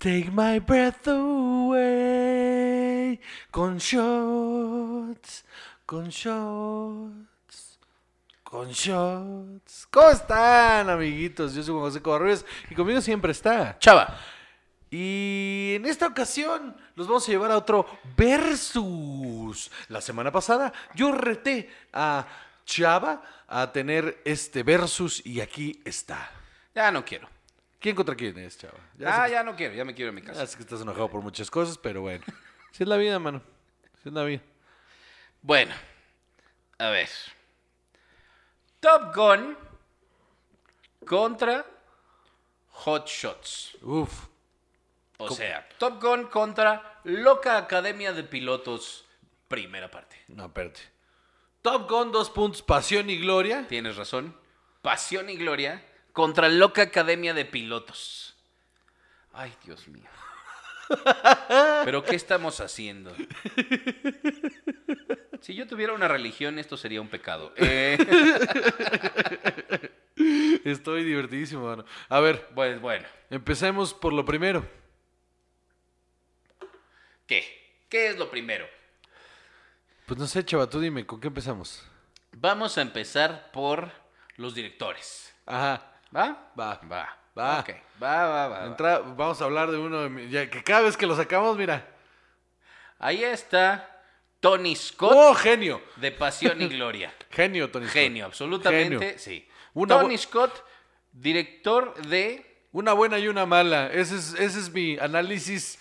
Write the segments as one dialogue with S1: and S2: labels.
S1: Take my breath away con shots, con shots, con shots. ¿Cómo están, amiguitos? Yo soy Juan José Covarrubias y conmigo siempre está
S2: Chava.
S1: y en esta ocasión los vamos a llevar a otro versus. La semana pasada yo reté a Chava a tener este versus y aquí está.
S2: Ya no quiero.
S1: ¿Quién contra quién es, Chava?
S2: Ya,
S1: sé-
S2: ya no quiero, ya me quiero en mi
S1: ya
S2: casa.
S1: sé Ah, que estás enojado por muchas cosas, pero bueno. Si es la vida, mano. Si es la vida.
S2: Bueno, a ver. Top Gun contra Hot Shots.
S1: Uf.
S2: O
S1: ¿Cómo?
S2: sea, Top Gun contra Loca Academia de Pilotos, primera parte.
S1: No, espérate. Top Gun, dos puntos, pasión y gloria.
S2: Tienes razón. Pasión y Gloria contra Loca Academia de Pilotos. Ay, Dios mío. ¿Pero qué estamos haciendo? Si yo tuviera una religión, esto sería un pecado. Eh,
S1: Estoy divertidísimo, mano. A ver,
S2: pues bueno,
S1: empecemos por lo primero.
S2: ¿qué? ¿Qué es lo primero?
S1: Pues no sé, chava, tú dime, ¿con qué empezamos?
S2: Vamos a empezar por los directores.
S1: Ajá.
S2: ¿Va?
S1: Va.
S2: Va.
S1: Va.
S2: Ok. Va, va, va, va.
S1: Entra- vamos a hablar de uno de mi- ya que cada vez que lo sacamos, mira.
S2: Ahí está Tony Scott
S1: ¡Oh, genio!
S2: de Pasión y Gloria.
S1: Genio, Tony. Scott.
S2: Genio, absolutamente,
S1: Genio.
S2: sí.
S1: Una
S2: Tony
S1: bu-
S2: Scott, director de...
S1: Una buena y una mala. Ese es, ese es mi análisis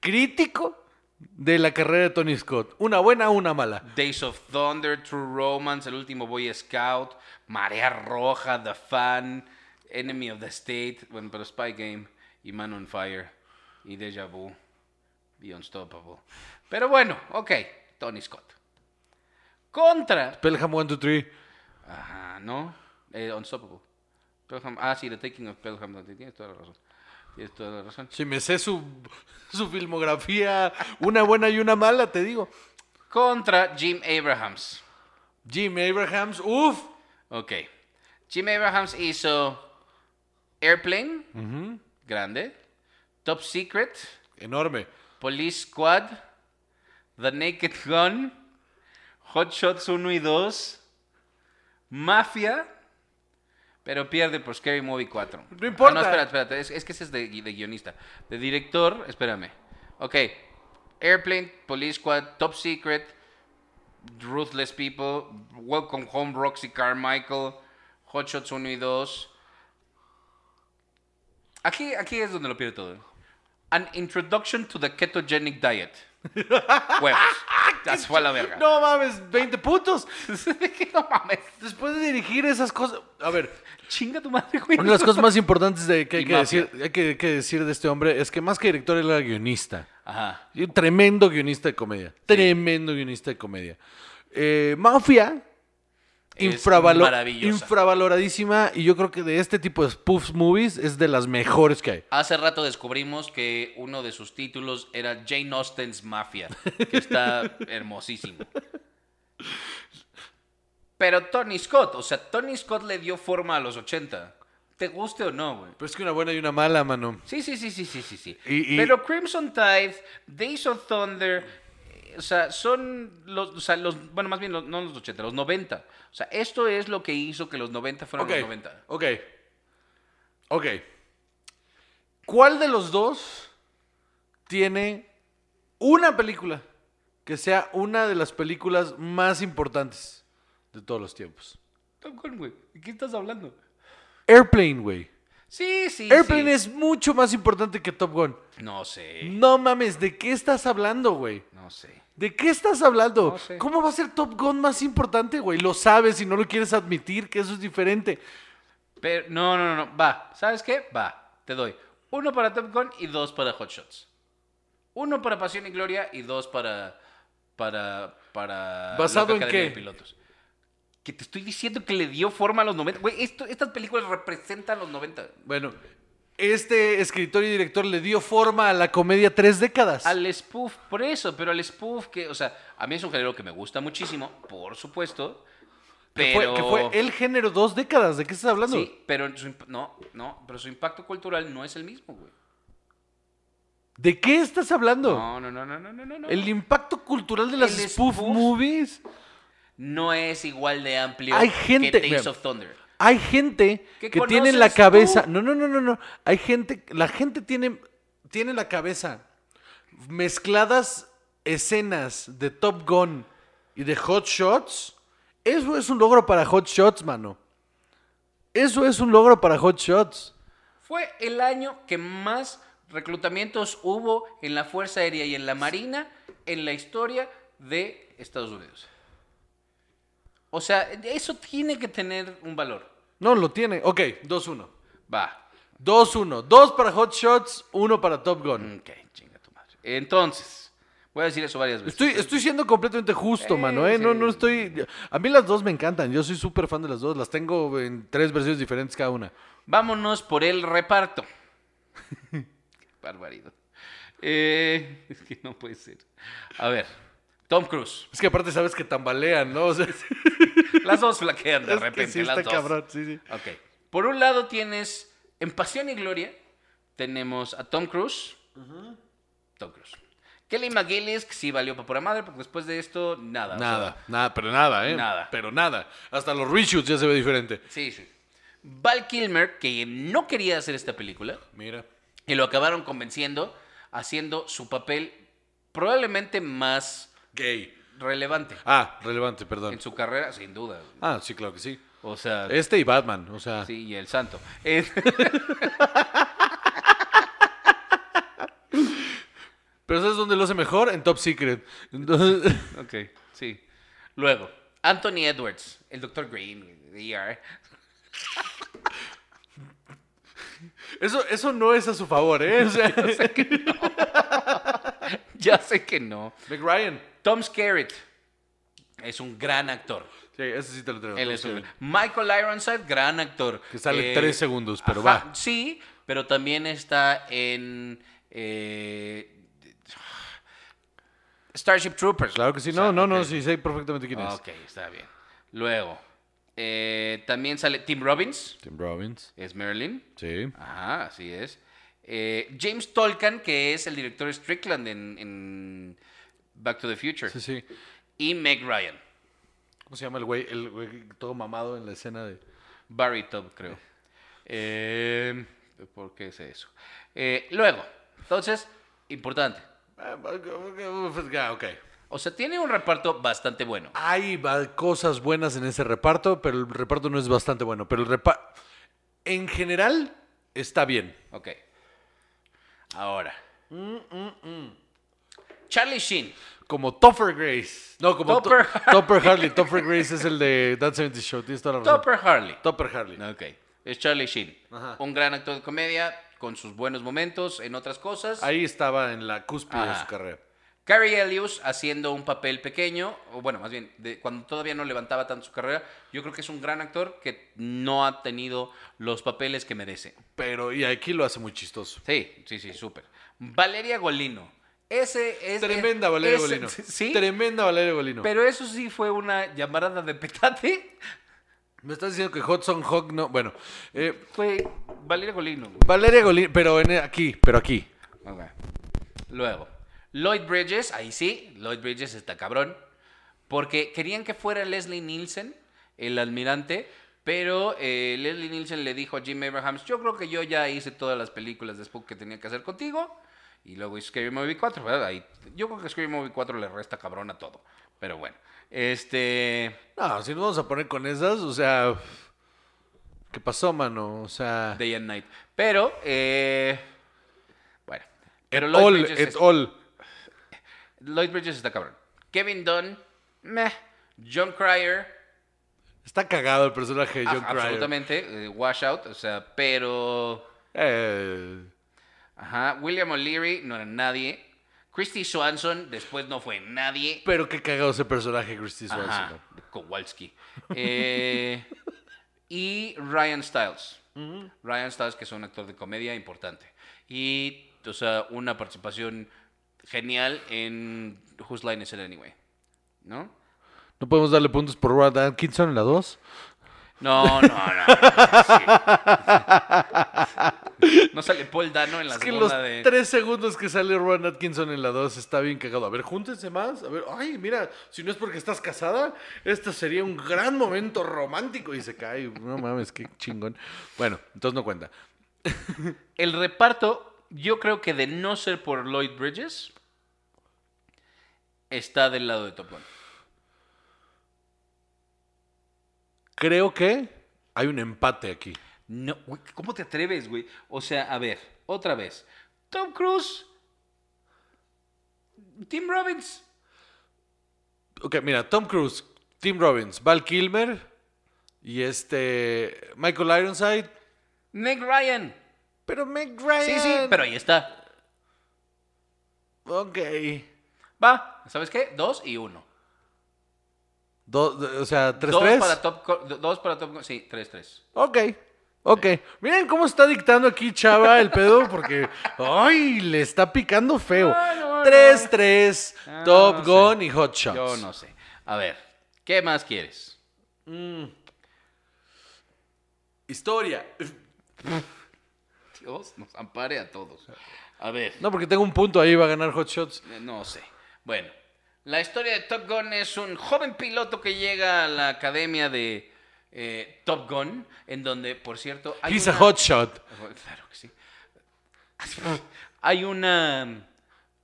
S1: crítico de la carrera de Tony Scott. Una buena, una mala.
S2: Days of Thunder, True Romance, El último Boy Scout, Marea Roja, The Fan, Enemy of the State, bueno, pero Spy Game y Man on Fire y Deja Vu y Unstoppable. Pero bueno, ok, Tony Scott. Contra.
S1: Pelham 1, 2, 3.
S2: Ajá, no, eh, Unstoppable. Pelham, ah, sí, The Taking of Pelham, tienes toda la razón. Tienes toda la razón.
S1: Si me sé su, su filmografía, una buena y una mala, te digo.
S2: Contra Jim Abrahams.
S1: Jim Abrahams, uff.
S2: Ok. Jim Abrahams hizo Airplane, grande. Top Secret,
S1: Enorme.
S2: Police Squad, The Naked Gun, Hot Shots 1 y 2, Mafia, pero pierde por Scary Movie 4.
S1: No importa.
S2: no, espérate, espérate. Es, es que ese es de, gui- de guionista. De director, espérame. Ok. Airplane, Police Squad, Top Secret, Ruthless People, Welcome Home, Roxy Carmichael, Hot Shots 1 y 2. Aquí, aquí es donde lo pierde todo. An Introduction to the Ketogenic Diet. Huevos. Así fue a la verga.
S1: No mames, 20 puntos.
S2: no mames.
S1: Después de dirigir esas cosas. A ver,
S2: Chinga tu madre, güey.
S1: una de las cosas más importantes de- que, hay
S2: Y
S1: que,
S2: mafia.
S1: decir, hay que, que decir de este hombre es que más que director, él era guionista.
S2: Ajá.
S1: Y un tremendo guionista de comedia. Tremendo guionista de comedia. Eh, Mafia.
S2: Es
S1: infravalo-
S2: maravillosa.
S1: infravaloradísima y yo creo que de este tipo de spoofs movies es de las mejores que hay.
S2: Hace rato descubrimos que uno de sus títulos era Jane Austen's Mafia, que está hermosísimo. Pero Tony Scott, o sea, Tony Scott le dio forma a los 80. ¿Te guste o no, güey?
S1: Pero es que una buena y una mala, mano.
S2: Sí, sí, sí, sí, sí, sí, sí.
S1: Y- y-
S2: Pero Crimson Tide, Days of Thunder, eh, o sea, son los, o sea, los, bueno, más bien los- no los 80, los 90. O sea, esto es lo que hizo que los 90 fueran
S1: Ok,
S2: los 90.
S1: ok. Ok. ¿Cuál de los dos tiene una película que sea una de las películas más importantes de todos los tiempos?
S2: Top Gun, güey, ¿de qué estás hablando?
S1: Airplane, güey.
S2: Sí, sí,
S1: Airplane
S2: sí. Eh.
S1: es mucho más importante que Top Gun.
S2: No sé.
S1: No mames, ¿de qué estás hablando, güey?
S2: No sé.
S1: ¿De qué estás hablando?
S2: No sé.
S1: ¿Cómo va a ser Top Gun más importante, güey? Lo sabes y no lo quieres admitir, que eso es diferente.
S2: Pero no, no, no, no. Va. ¿Sabes qué? Va. Te doy. Uno para Top Gun y dos para Hot Shots. Uno para Pasión y Gloria y dos para. para. para.
S1: ¿Basado
S2: Loca
S1: en
S2: Academia
S1: qué?
S2: de Pilotos. Que te estoy diciendo que le dio forma a los 90. Güey, esto- estas películas representan los 90.
S1: Bueno, este escritor y director le dio forma a la comedia tres décadas.
S2: Al spoof, por eso, pero al spoof que, o sea, a mí es un género que me gusta muchísimo, por supuesto.
S1: Que
S2: Pero.
S1: fue- Que, fue, el género dos décadas, ¿de qué estás hablando?
S2: Sí, pero su imp- no, no, pero su impacto cultural no es el mismo, güey.
S1: ¿De qué estás hablando?
S2: No, no, no, no, no, no, no, no.
S1: El impacto cultural de las
S2: El
S1: spoof,
S2: spoof.
S1: movies.
S2: no es igual de amplio
S1: Hay gente-
S2: que Tales
S1: mira.
S2: of Thunder.
S1: Hay gente
S2: ¿Qué
S1: que tiene en la
S2: conoces
S1: cabeza.
S2: tú?
S1: No, no, no, no, no. Hay gente. La gente tiene, tiene en la cabeza mezcladas escenas de Top Gun y de Hot Shots. Eso es un logro para Hot Shots, mano. Eso es un logro para Hot Shots.
S2: Fue el año que más reclutamientos hubo en la Fuerza Aérea y en la Marina en la historia de Estados Unidos. O sea, eso tiene que tener un valor.
S1: No, lo tiene. Ok, 2-1.
S2: Va.
S1: 2-1. 2 para Hot Shots, 1 para Top Gun.
S2: Ok, chinga tu madre. Entonces, voy a decir eso varias veces.
S1: Estoy, estoy siendo completamente justo,
S2: Sí,
S1: mano, ¿eh? No,
S2: sí.
S1: no estoy... A mí las dos me encantan. Yo soy súper fan de las dos. Las tengo en tres versiones diferentes cada una.
S2: Vámonos por el reparto. Qué Barbaridad. Eh, es que no puede ser. A ver, Tom Cruise.
S1: Es que aparte sabes que tambalean, ¿no? O sea,
S2: Las dos flaquean de
S1: es que
S2: repente.
S1: sí
S2: las
S1: está
S2: dos.
S1: cabrón, sí, sí.
S2: Ok. Por un lado tienes, en Pasión y Gloria, tenemos a Tom Cruise. Tom Cruise. Kelly McGillis, que sí valió para pura madre, porque después de esto, nada. o sea,
S1: Nada, nada, pero nada, ¿eh?
S2: Nada.
S1: Pero nada. Hasta los reshoots ya se ve diferente.
S2: sí, sí. Val Kilmer, que no quería hacer esta película,
S1: Mira.
S2: y lo acabaron convenciendo, haciendo su papel probablemente más
S1: Gay.
S2: relevante
S1: Ah, relevante, perdón.
S2: en su carrera, sin duda.
S1: Ah, sí, claro que sí.
S2: O sea,
S1: Este y Batman, o sea...
S2: sí, y el santo. Eh,
S1: Pero ¿sabes dónde lo hace mejor? En Top Secret. Entonces...
S2: ok, sí. Luego, Anthony Edwards, el Dr. Green, ER.
S1: Eso, eso no es a su favor, ¿eh? O sea,
S2: Ya sé que no.
S1: Meg Ryan.
S2: Tom Skerritt es un gran actor.
S1: Sí, ese sí te lo traigo.
S2: Él es un- Michael Ironside, gran actor. Eh,
S1: Que sale tres segundos, pero va.
S2: Sí, pero también está en eh, Starship Troopers.
S1: Claro que sí.
S2: O
S1: No,
S2: sea,
S1: no, no,
S2: ok. Ah,
S1: sí, sé perfectamente quién es.
S2: Ok, está bien. Luego, eh, también sale Tim Robbins,
S1: Tim Robbins.
S2: es Merlin.
S1: Sí.
S2: Ajá, así es. Eh, James Tolkien, que es el director de Strickland en, en Back to the Future.
S1: Sí, sí.
S2: Y Meg Ryan,
S1: ¿Cómo se llama el güey? El güey todo mamado en la escena de...
S2: Barry Top, creo. Eh, ¿Por qué es eso? Eh, luego, entonces, importante.
S1: Ah, Ok.
S2: O sea, tiene un reparto bastante bueno.
S1: Hay va- cosas buenas en ese reparto, pero el reparto no es bastante bueno. Pero el reparto... En general, está bien.
S2: Ok. Ahora. Charlie Sheen.
S1: Como Topher Grace. No, como
S2: Topper
S1: To- Topper Harley. Topher Grace es el de That 70 Show. Tienes toda la razón.
S2: Topper Harley.
S1: Topper Harley.
S2: Ok. Es Charlie Sheen.
S1: Ajá.
S2: Un gran actor de comedia, con sus buenos momentos en otras cosas.
S1: Ahí estaba en la cúspide de
S2: Ajá.
S1: su carrera.
S2: Carrie Ellius haciendo un papel pequeño, o bueno, más bien, de- cuando todavía no levantaba tanto su carrera, yo creo que es un gran actor que no ha tenido los papeles que merece.
S1: Pero y aquí lo hace muy chistoso.
S2: Sí, sí, sí, súper. Valeria Golino. Ese es...
S1: Tremenda Valeria
S2: ese-
S1: Golino.
S2: Sí,
S1: Tremenda Valeria Golino.
S2: pero eso sí fue una llamarada de petate.
S1: Me estás diciendo que Hudson Hawk no. Bueno, eh,
S2: Fue Valeria Golino.
S1: Valeria Golino, pero en, eh, aquí, pero aquí.
S2: Ok. Luego, Lloyd Bridges, ahí sí, Lloyd Bridges está cabrón. Porque querían que fuera Leslie Nielsen, el almirante, pero eh, Leslie Nielsen le dijo a Jim Abrahams, yo creo que yo ya hice todas las películas de Spook que tenía que hacer contigo. Y luego hizo Scary Movie 4, ¿verdad? Ahí- yo creo que Scary Movie 4 le resta cabrón a todo. Pero bueno, este...
S1: No, si nos vamos a poner con esas, o sea. ¿Qué pasó, mano? O sea.
S2: Day and Night. Pero, eh, bueno. Pero
S1: et
S2: Lloyd
S1: all,
S2: Bridges
S1: et
S2: es-
S1: all.
S2: Lloyd Bridges está cabrón. Kevin Dunn, meh. John Cryer,
S1: Está cagado el personaje de John
S2: ah,
S1: Cryer.
S2: absolutamente. eh, washout, o sea, pero.
S1: Eh,
S2: Ajá. William O'Leary no era nadie. Christy Swanson después no fue nadie.
S1: pero qué cagado ese personaje, Christy Swanson.
S2: Ajá.
S1: ¿no?
S2: Kowalski. Eh, y Ryan Stiles. Ryan Stiles, que es un actor de comedia importante. Y, o sea, una participación genial en Whose Line Is It Anyway. ¿No?
S1: ¿No podemos darle puntos por Robert Atkinson en la 2?
S2: No, no, no. no, no, sí. No sale Paul Dano en la
S1: Es que los
S2: segunda de.
S1: tres segundos que sale Rowan Atkinson en la 2 está bien cagado. A ver, júntense más. A ver, ay, mira, si no es porque estás casada, este sería un gran momento romántico. Y se cae. No mames, qué chingón. Bueno, entonces no cuenta.
S2: El reparto, yo creo que de no ser por Lloyd Bridges, está del lado de Top Gun.
S1: Creo que hay un empate aquí.
S2: No, güey, ¿cómo te atreves, güey? O sea, a ver, otra vez. Tom Cruise. Tim Robbins.
S1: Ok, mira, Tom Cruise, Tim Robbins, Val Kilmer y este Michael Ironside.
S2: Nick Ryan.
S1: Pero Meg Ryan.
S2: Sí, sí, pero ahí está.
S1: Ok.
S2: Va, ¿sabes qué? Dos y uno.
S1: Do- do- o sea, 3-3.
S2: dos, Para top, Co- dos para Top Gun. Sí, tres, tres.
S1: Ok, ok. Miren cómo está dictando aquí Chava el pedo porque, ay, le está picando feo.
S2: Ay, no, no.
S1: 3-3,
S2: Ah,
S1: Top
S2: no sé.
S1: Gun y Hot Shots.
S2: Yo no sé. A ver, ¿qué más quieres?
S1: Historia.
S2: Dios nos ampare a todos. A ver.
S1: No, porque tengo un punto ahí, va a ganar Hot Shots.
S2: Eh, No sé. Bueno, la historia de Top Gun es un joven piloto que llega a la academia de eh, Top Gun, en donde, por cierto, hay
S1: He's
S2: una...
S1: a Hot Shot.
S2: Bueno, Oh, Claro que sí. hay una...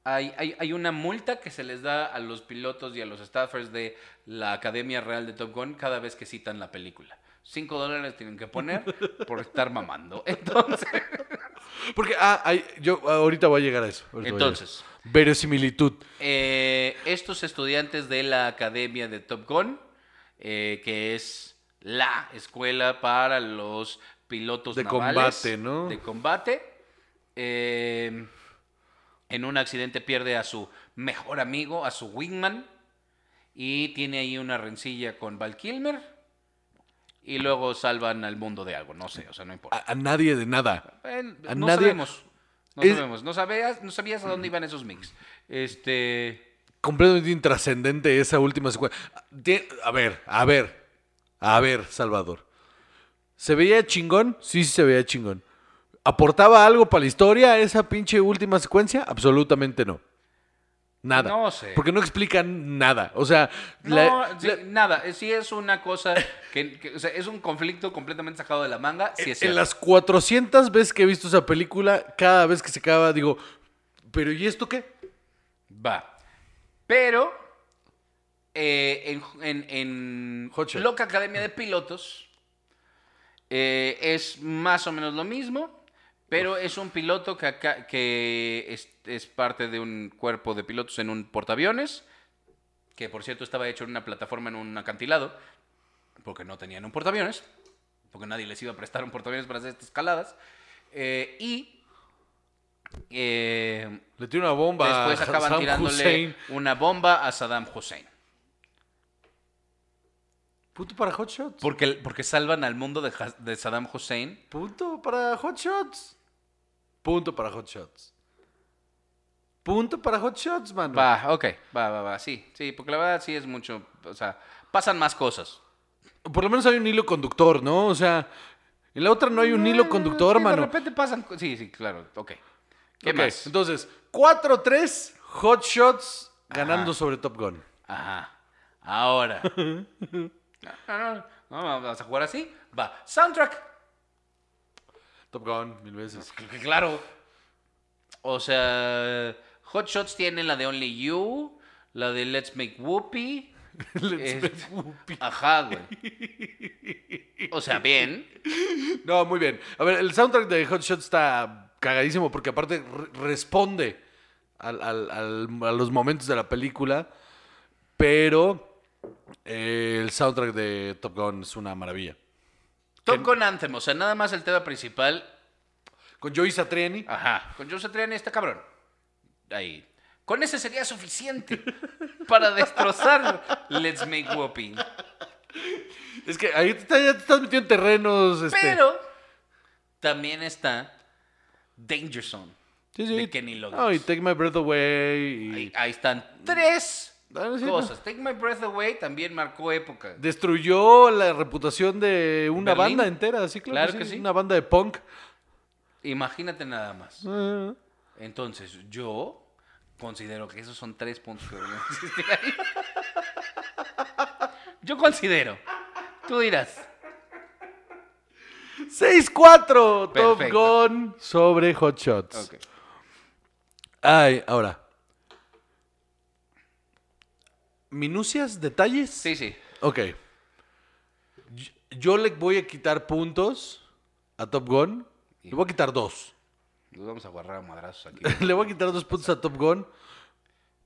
S2: Hay, hay- hay una multa que se les da a los pilotos y a los staffers de la Academia Real de Top Gun cada vez que citan la película. Cinco dólares tienen que poner por estar mamando. Entonces,
S1: Porque, ah, ay, yo ahorita voy a llegar a eso. ahorita voy a llegar.
S2: Entonces.
S1: Verosimilitud.
S2: Eh, estos estudiantes de la Academia de Top Gun, eh, que es la escuela para los pilotos
S1: De
S2: navales,
S1: combate, ¿no?
S2: De combate. eh, en un accidente pierde a su mejor amigo, a su wingman, y tiene ahí una rencilla con Val Kilmer. Y luego salvan al mundo de algo, no sé, o sea, no importa.
S1: A, a nadie de nada.
S2: Eh,
S1: a
S2: no
S1: nadie-
S2: sabemos, no
S1: Es-
S2: sabemos, no sabías, no sabías a dónde iban esos mix. Este,
S1: Completamente intrascendente esa última secuencia. Tie- A ver, a ver, a ver, Salvador. ¿Se veía chingón? Sí, sí se veía chingón. ¿Aportaba algo para la historia esa pinche última secuencia? Absolutamente no. Nada.
S2: No sé.
S1: Porque no explican nada. O sea,
S2: No,
S1: la-
S2: sí,
S1: la-
S2: nada, eh, sí es una cosa que, que, o sea, es un conflicto completamente sacado de la manga, sí es
S1: en
S2: cierto.
S1: las 400 veces que he visto esa película, cada vez que se acaba digo, ¿pero y esto qué?
S2: Va. Pero eh, en, en, en
S1: Hot Shot.
S2: Loca Academia de Pilotos eh, es más o menos lo mismo, pero es un piloto que, acá- que es, es parte de un cuerpo de pilotos en un portaaviones, que por cierto estaba hecho en una plataforma en un acantilado, porque no tenían un portaaviones, porque nadie les iba a prestar un portaaviones para hacer estas escaladas, eh, y... eh,
S1: Le tiro una bomba
S2: Después
S1: a
S2: acaban
S1: Saddam
S2: tirándole
S1: Hussein.
S2: una bomba a Saddam Hussein.
S1: Punto para Hot Shots.
S2: Porque, porque salvan al mundo de, Has- de Saddam Hussein.
S1: Punto para Hot Shots. Punto para Hot Shots. Punto para Hot Shots, mano.
S2: Va, ok, va, va, va, sí, sí, porque la verdad sí es mucho, o sea, pasan más cosas.
S1: Por lo menos hay un hilo conductor, ¿no? O sea, en la otra no hay un hilo conductor,
S2: Mm, Sí,
S1: mano.
S2: De repente pasan, co- sí, sí, claro, ok. ¿Qué
S1: Ok,
S2: más?
S1: Entonces, 4-3, Hot Shots ganando sobre Top Gun.
S2: Ajá, ahora. no, no, no, no, vamos a jugar así. Va, soundtrack.
S1: Top Gun, mil veces.
S2: Claro. O sea, Hot Shots tiene la de Only You, la de Let's Make Whoopi.
S1: Let's make
S2: Este-
S1: whoopee.
S2: Ajá, güey. O sea, bien.
S1: No, muy bien. A ver, el soundtrack de Hot Shots está cagadísimo porque aparte re- responde al- al- al- a los momentos de la película, pero eh, el soundtrack de Top Gun es una maravilla.
S2: Top Gun Anthem, o sea, nada más el tema principal.
S1: Con Joey Satriani.
S2: Ajá. Con Joseph Triani, este cabrón. Ahí. Con ese sería suficiente para destrozar Let's Make Whooping.
S1: Es que ahí te, está- ya te estás metiendo en terrenos. Este.
S2: Pero también está Danger Zone.
S1: Sí, sí.
S2: de Kenny Loggins.
S1: No, y Take My Breath Away. y
S2: Ahí, ahí están tres
S1: Ah, Mm. no es cierto.
S2: cosas. Take My Breath Away también marcó época.
S1: Destruyó la reputación de una
S2: Berlín.
S1: banda entera, sí, claro,
S2: Claro
S1: que
S2: que
S1: sí,
S2: sí.
S1: Una banda de punk.
S2: Imagínate nada más. Entonces, yo considero que esos son tres puntos que deberían existir ahí. Yo considero. Tú dirás.
S1: 6-4 Top
S2: Perfecto.
S1: Gun sobre Hot Shots.
S2: Ok.
S1: Ay, ahora. ¿Minucias? ¿Detalles?
S2: Sí, sí.
S1: Ok. Yo- Yo le voy a quitar puntos a Top Gun. Le voy a quitar dos.
S2: Nos vamos a agarrar a madrazos aquí.
S1: Le voy a quitar dos puntos a Top Gun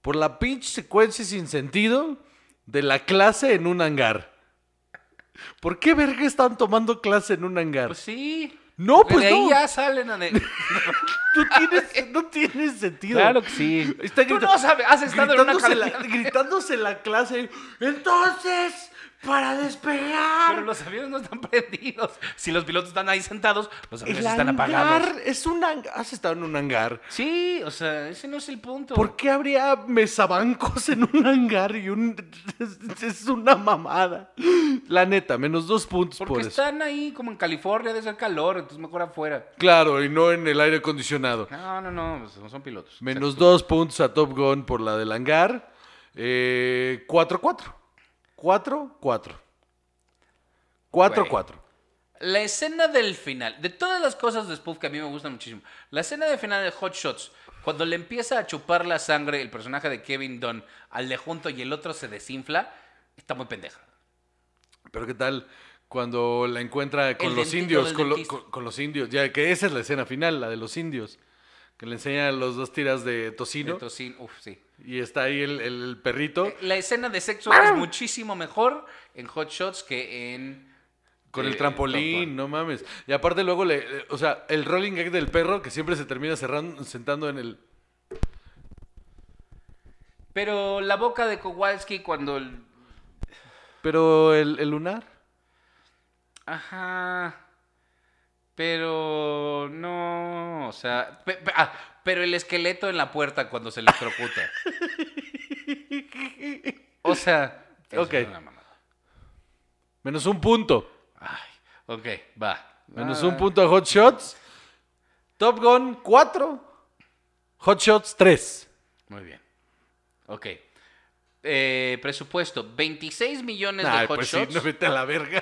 S1: por la pinche secuencia sin sentido de la clase en un hangar. ¿Por qué verga están tomando clase en un hangar?
S2: Pues sí.
S1: No, pues
S2: de
S1: no.
S2: ahí ya salen a de...
S1: no, tienes, no tiene sentido.
S2: Claro que sí.
S1: Está
S2: Tú
S1: grita-
S2: no sabes, has estado en una
S1: gritándose la-
S2: carretera.
S1: gritándose la clase. Entonces, para despegar.
S2: Pero los aviones no están prendidos. Si los pilotos están ahí sentados, los aviones
S1: el
S2: están
S1: hangar
S2: apagados.
S1: es un hangar. Has estado en un hangar.
S2: Sí, o sea, ese no es el punto.
S1: ¿Por qué habría mesabancos en un hangar y un... Es, es una mamada. La neta, menos dos puntos
S2: Porque
S1: por eso.
S2: están ahí como en California, debe ser calor, entonces mejor afuera.
S1: Claro, y no en el aire acondicionado.
S2: No, no, no, pues, no son pilotos.
S1: Menos
S2: Exacto.
S1: dos puntos a Top Gun por la del hangar. Eh, 4-4. 4-4. 4-4.
S2: La escena del final, de todas las cosas de Spoof que a mí me gustan muchísimo, la escena del final de Hot Shots, cuando le empieza a chupar la sangre el personaje de Kevin Dunn al de junto y el otro se desinfla, está muy pendeja.
S1: Pero qué tal cuando la encuentra con
S2: El
S1: los
S2: dentito
S1: indios,
S2: del
S1: con, lo-
S2: dentista.
S1: con- con los indios, ya que esa es la escena final, la de los indios, que le enseñan los dos tiras de tocino
S2: Entonces, sí, uf, sí. Eh,
S1: y está ahí el, el perrito
S2: La escena de sexo es muchísimo mejor en Hot Shots que en...
S1: con
S2: eh,
S1: el
S2: Top
S1: trampolín, no mames. Y aparte luego le, le- o sea, el rolling gag del perro que siempre se termina cerrando, sentando en el
S2: Gun. Pero la boca de Kowalski cuando... el-
S1: pero el, el lunar.
S2: Ajá. Pero no, o sea, pe- pe- ah, pero el esqueleto en la puerta cuando se electrocuta. o sea, eso
S1: Ok.
S2: es una mamada.
S1: Menos un punto.
S2: Ay, ok, va.
S1: Menos
S2: Ah,
S1: un punto a Hot Shots. Top Gun 4. Hot Shots 3.
S2: Muy bien. Ok. Eh, presupuesto, 26 millones de
S1: Ay,
S2: hot
S1: pues sí,
S2: shots.
S1: no vete a la verga.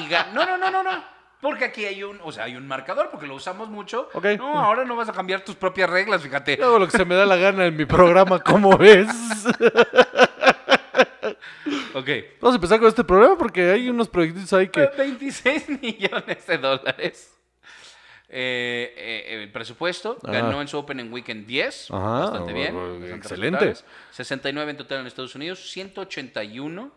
S2: y gan- no, no, no, no, no. Porque aquí hay un, o sea, hay un marcador porque lo usamos mucho.
S1: Ok.
S2: No, ahora no vas a cambiar tus propias reglas, fíjate.
S1: Yo hago lo que se me da la gana en mi programa, ¿cómo ves?
S2: Ok.
S1: Vamos a empezar con este programa porque hay unos proyectos ahí que...
S2: 26 millones de dólares. Eh, eh, el presupuesto
S1: Ajá.
S2: ganó en su Opening Weekend 10,
S1: Ajá,
S2: bastante bien,
S1: bueno, bueno,
S2: bastante
S1: excelente.
S2: respetables. 69 en total en Estados Unidos, 181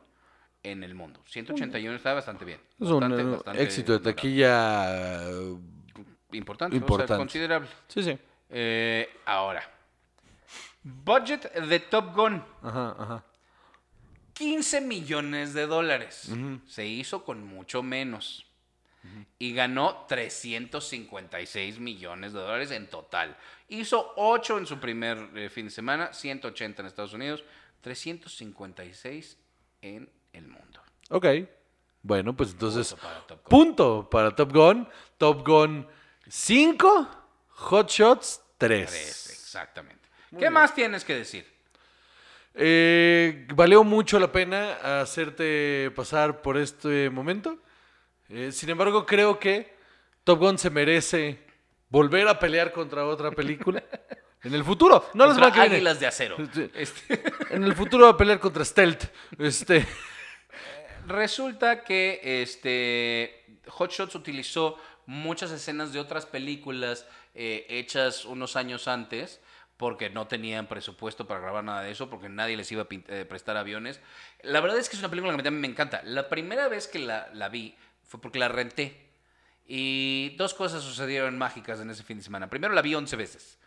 S2: en el mundo. 181 está bastante bien.
S1: Es un
S2: bastante,
S1: eh,
S2: bastante
S1: éxito de taquilla... eh,
S2: importante, o sea,
S1: Importante.
S2: considerable.
S1: Sí, sí.
S2: Eh, ahora, budget de Top Gun.
S1: Ajá, ajá.
S2: 15 millones de dólares. Se hizo con mucho menos. Y ganó 356 millones de dólares en total. Hizo 8 en su primer eh, fin de semana, 180 en Estados Unidos, 356 en el mundo.
S1: Ok. Bueno, pues entonces...
S2: Punto para Top Gun.
S1: Punto para Top Gun. Top Gun 5, Hot Shots 3.
S2: Tres, exactamente. ¿Qué más tienes que decir?
S1: Eh, valió mucho la pena hacerte pasar por este momento. Eh, sin embargo, creo que Top Gun se merece volver a pelear contra otra película en el futuro. No las
S2: Contra
S1: va a
S2: Águilas de acero.
S1: Este-
S2: Este,
S1: En el futuro va a pelear contra Stealth. Este,
S2: Resulta que este Hot Shots utilizó muchas escenas de otras películas eh, hechas unos años antes porque no tenían presupuesto para grabar nada de eso, porque nadie les iba a pin- eh, prestar aviones. La verdad es que es una película que a mí me encanta. La primera vez que la, la vi fue porque la renté. Y dos cosas sucedieron mágicas en ese fin de semana. Primero la vi 11 veces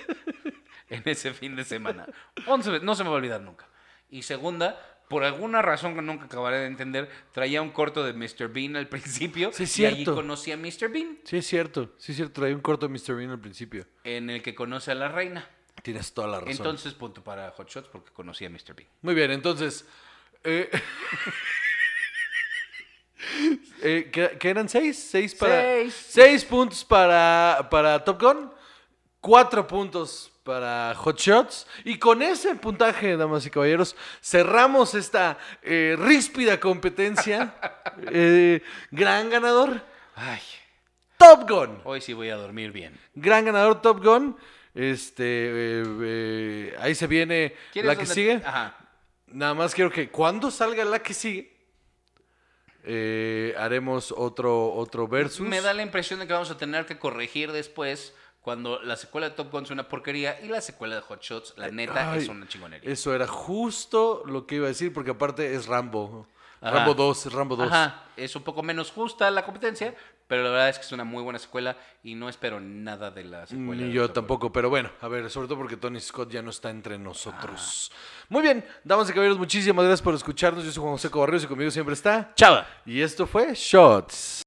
S2: en ese fin de semana. 11 veces, no se me va a olvidar nunca. Y segunda, por alguna razón que nunca acabaré de entender, traía un corto de Mr. Bean al principio.
S1: Sí, es
S2: y allí
S1: cierto.
S2: conocí a Mr. Bean,
S1: sí, es cierto. Sí, es cierto. Traía un corto de Mr. Bean al principio.
S2: en el que conoce a la reina.
S1: Tienes toda la razón.
S2: Entonces, punto para Hot Shots porque conocí a Mr. Bean.
S1: Muy bien, entonces. eh, Eh, que, que eran seis, seis para.
S2: Seis.
S1: seis puntos para, para Top Gun, cuatro puntos para Hot Shots. Y con ese puntaje, damas y caballeros, cerramos esta eh, ríspida competencia. Eh, gran ganador,
S2: Ay,
S1: Top Gun.
S2: hoy sí voy a dormir bien.
S1: Gran ganador, Top Gun. Este, eh, eh, ahí se viene
S2: ¿Quieres Ah.
S1: la que
S2: donde-
S1: sigue.
S2: Ajá.
S1: Nada más quiero que cuando salga la que sigue, eh, haremos otro, otro versus.
S2: Me da la impresión de que vamos a tener que corregir después cuando la secuela de Top Gun es una porquería y la secuela de Hot Shots, la neta,
S1: Eh, Ay,
S2: es una chingonería.
S1: Eso era justo lo que iba a decir, porque aparte es Rambo.
S2: Ajá.
S1: Rambo 2, es Rambo 2.
S2: Ajá, es un poco menos justa la competencia, pero la verdad es que es una muy buena secuela y no espero nada de la secuela.
S1: Ni
S2: de
S1: Mm, yo
S2: Top Gun.
S1: tampoco, pero bueno, a ver, sobre todo porque Tony Scott ya no está entre nosotros. Muy bien, damas y caballeros, muchísimas gracias por escucharnos. Yo soy Juan José Cobarrios y conmigo siempre está.
S2: Chava.
S1: Y esto fue Shots.